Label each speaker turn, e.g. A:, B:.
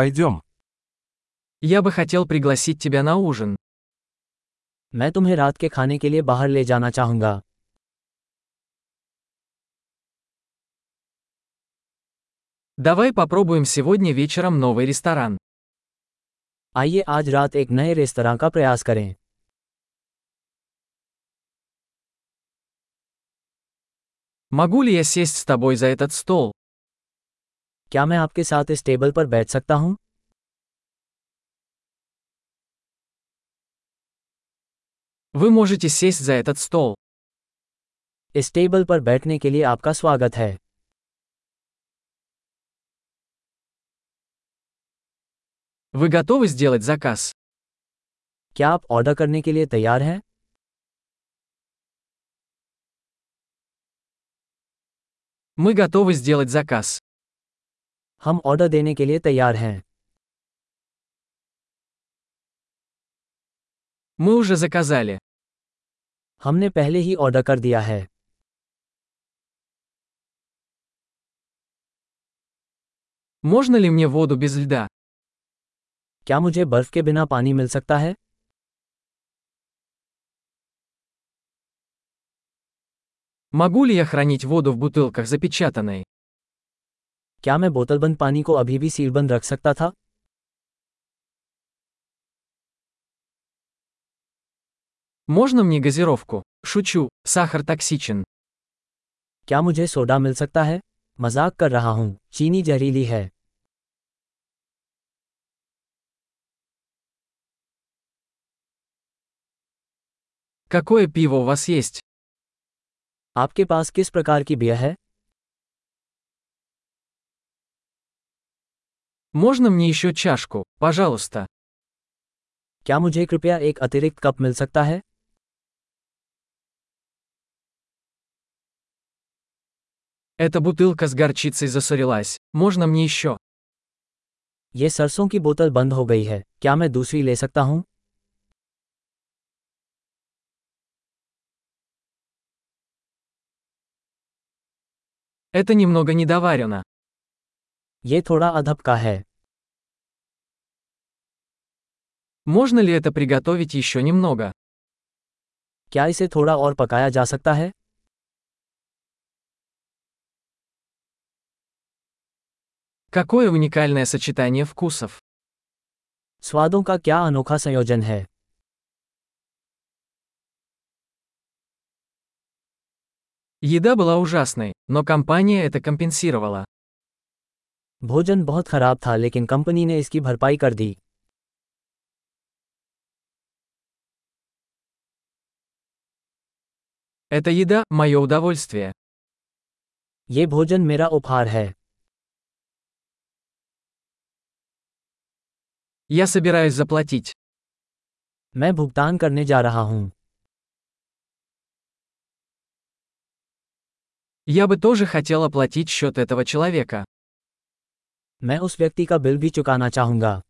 A: Пойдем.
B: Я бы хотел пригласить тебя на ужин.
C: मैं तुम्हें रात के खाने के लिए बाहर ले जाना चाहूंगा
B: Давай попробуем сегодня вечером новый ресторан.
C: आइए आज रात एक नए रेस्तरां का प्रयास करें
B: Могу ли я сесть с тобой за этот стол?
C: क्या मैं आपके साथ इस टेबल पर बैठ सकता हूँ
B: Вы можете сесть за этот стол.
C: इस टेबल पर बैठने के लिए आपका स्वागत है
B: Вы готовы сделать заказ?
C: क्या आप ऑर्डर करने के लिए तैयार हैं
B: Мы готовы сделать заказ.
C: हम ऑर्डर देने के लिए तैयार हैं
B: Мы уже заказали.
C: हमने पहले ही ऑर्डर कर दिया है
B: Можно ли мне воду без льда?
C: क्या मुझे बर्फ के बिना पानी मिल सकता है
B: Могу ли я хранить воду в бутылках запечатанной?
C: क्या मैं बोतलबंद पानी को अभी भी सीलबंद रख सकता था
B: Можно мне газировку? Шучу, сахар токсичен.
C: क्या मुझे सोडा मिल सकता है मजाक कर रहा हूँ चीनी जहरीली है
B: Какое пиво у вас есть?
C: आपके पास किस प्रकार की बियर है
B: Можно мне еще чашку, пожалуйста?
C: क्या मुझे कृपया एक अतिरिक्त कप मिल सकता है
B: Эта бутылка с горчицей засорилась. Можно мне еще?
C: ये सरसों की बोतल बंद हो गई है क्या मैं दूसरी ले सकता हूँ
B: Это немного недоварено.
C: ये थोड़ा अधब का है
B: Можно ли это приготовить еще немного?
C: क्या इसे थोड़ा और पकाया जा सकता है
B: Какое уникальное сочетание вкусов.
C: स्वादों का क्या अनोखा संयोजन है
B: Еда была ужасной, но компания это компенсировала.
C: भोजन बहुत खराब था लेकिन कंपनी ने इसकी भरपाई कर दी
B: Эта еда – мое удовольствие.
C: ये भोजन मेरा उपहार है
B: Я собираюсь заплатить.
C: मैं भुगतान करने जा रहा हूँ
B: Я бы тоже хотел оплатить счет этого человека.
C: मैं उस व्यक्ति का बिल भी चुकाना चाहूंगा